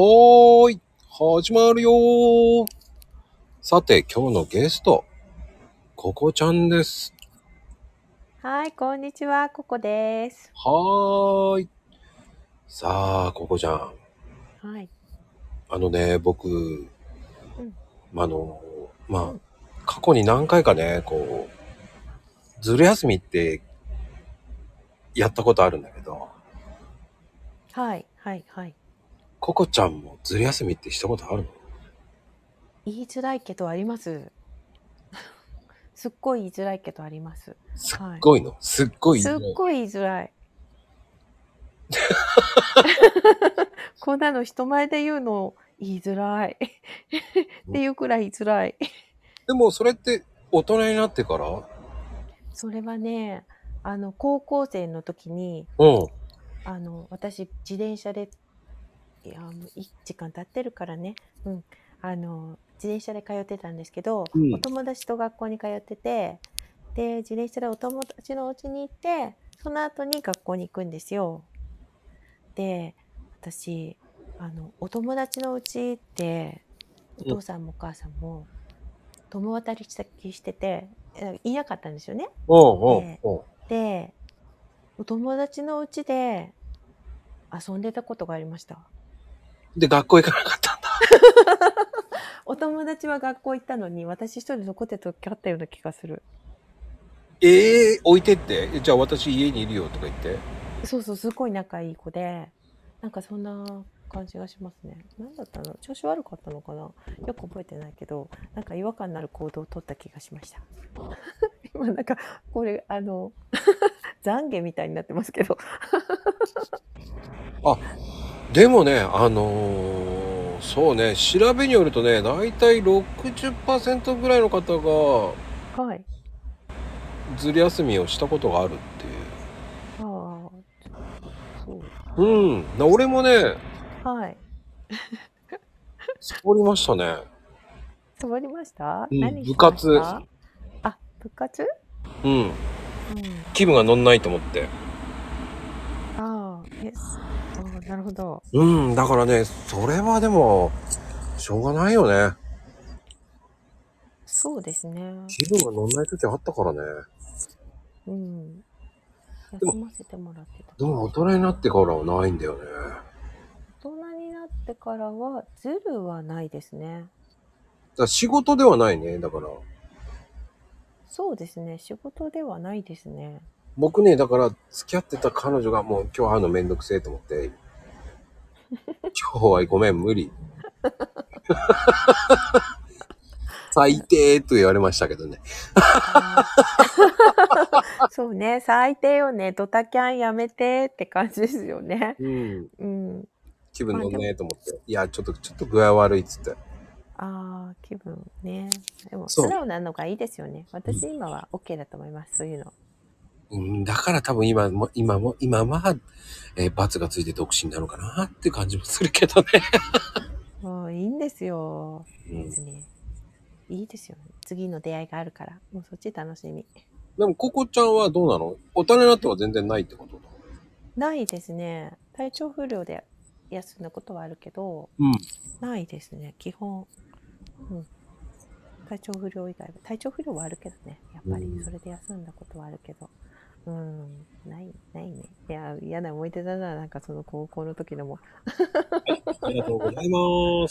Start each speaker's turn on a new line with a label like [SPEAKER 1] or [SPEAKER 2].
[SPEAKER 1] はーい、始まるよー。さて、今日のゲスト、ここちゃんです。
[SPEAKER 2] はい、こんにちは、ここです。
[SPEAKER 1] はーい。さあ、ここちゃん。
[SPEAKER 2] はい。
[SPEAKER 1] あのね、僕、
[SPEAKER 2] うん
[SPEAKER 1] あの、まあ、過去に何回かね、こう、ずる休みって、やったことあるんだけど、
[SPEAKER 2] はい、はい、はい。
[SPEAKER 1] ここちゃんもずる休みってしたことあるの
[SPEAKER 2] 言いづらいけどあります。 すっごい言いづらいけどあります。
[SPEAKER 1] すっ
[SPEAKER 2] はい。
[SPEAKER 1] ごいの。すっごい
[SPEAKER 2] すっ
[SPEAKER 1] の。
[SPEAKER 2] ごい言い づらい。こんなの人前で言うの言いづらい。っていうくらい言いづらい。
[SPEAKER 1] でも、それって、大人になってから
[SPEAKER 2] それはね、あの、高校生の時に、
[SPEAKER 1] うん。
[SPEAKER 2] あの私自転車でいやもういい時間経ってるからね、うん、あの自転車で通ってたんですけど、
[SPEAKER 1] うん
[SPEAKER 2] お友達と学校に通っててで自転車でお友達のお家に行ってその後に学校に行くんですよ。で私あのお友達の家ってお父さんもお母さんも共渡り先しててえいなかったんですよね。
[SPEAKER 1] うんうん
[SPEAKER 2] ね
[SPEAKER 1] うん。
[SPEAKER 2] でお友達のうちで遊んでたことがありました
[SPEAKER 1] で、学校行かなかったんだ。
[SPEAKER 2] お友達は学校行ったのに私一人残ってときあったような気がする
[SPEAKER 1] ええ置いてって。えじゃあ私家にいるよとか言って。
[SPEAKER 2] そうそうすごい仲いい子でなんかそんな感じがしますね何だったの調子悪かったのかなよく覚えてないけどなんか違和感のある行動を取った気がしま した今なんかこれあ の懺悔みたいになってますけど
[SPEAKER 1] でもね、あのーそうね、調べによるとね、だいたい60%ぐらいの方
[SPEAKER 2] はい
[SPEAKER 1] がずり休みをしたことがあるってい
[SPEAKER 2] ああそう
[SPEAKER 1] う。うん。な俺もね、
[SPEAKER 2] はい
[SPEAKER 1] サボりましたね。
[SPEAKER 2] サボりました、
[SPEAKER 1] うん
[SPEAKER 2] 何して
[SPEAKER 1] 部活
[SPEAKER 2] ましたあ部活、
[SPEAKER 1] うん。
[SPEAKER 2] うん、
[SPEAKER 1] 気分が乗んないと思って。
[SPEAKER 2] ああえああなるほど
[SPEAKER 1] うん。だからね、それはでも、しょうがないよね。
[SPEAKER 2] そうですね
[SPEAKER 1] 気分が乗んない時あったからね。
[SPEAKER 2] うん
[SPEAKER 1] でも
[SPEAKER 2] 休ませてもらってた
[SPEAKER 1] でも大
[SPEAKER 2] 大
[SPEAKER 1] 人になってからはないんだよね。
[SPEAKER 2] 人になってからはズルはないです
[SPEAKER 1] だ
[SPEAKER 2] ね
[SPEAKER 1] から仕事ではないね。だから。
[SPEAKER 2] そうですね仕事ではないです ね
[SPEAKER 1] 僕ね、だから付き合ってた彼女がもう今日会うのめんどくせえと思 って、今日はごめん無理。 最低と言われましたけどね。
[SPEAKER 2] ああそうね最低よねドタキャンやめてって感じですよね
[SPEAKER 1] うん。
[SPEAKER 2] うん
[SPEAKER 1] 気分乗んねえと思って。いや、ちょっと、ちょっと具合悪いっつって。
[SPEAKER 2] ああ、気分ね。でも、
[SPEAKER 1] そう
[SPEAKER 2] 素直なのがいいですよね。私今は OK だと思います、そういうの。
[SPEAKER 1] うん、だから多分今も、今も、今は、えー、罰がついて独身なのかなって感じもするけどね。
[SPEAKER 2] もういいんですよ。
[SPEAKER 1] うん、で
[SPEAKER 2] 別に。いいですよ、ね。次の出会いがあるから。もうそっち楽しみ。
[SPEAKER 1] も、ココちゃんはどうなの大人になっては全然ないってこと
[SPEAKER 2] ないですね。体調不良で休んだことはあるけど、
[SPEAKER 1] うん。
[SPEAKER 2] ないですね、基本。うん。体調不良以外は、体調不良はあるけどね。やっぱ
[SPEAKER 1] う
[SPEAKER 2] り、
[SPEAKER 1] ん
[SPEAKER 2] それで休んだことはあるけど。うん、ない、ないね。いや、嫌な思い出だな、なんかその高校の時のも。
[SPEAKER 1] ありがとうございます。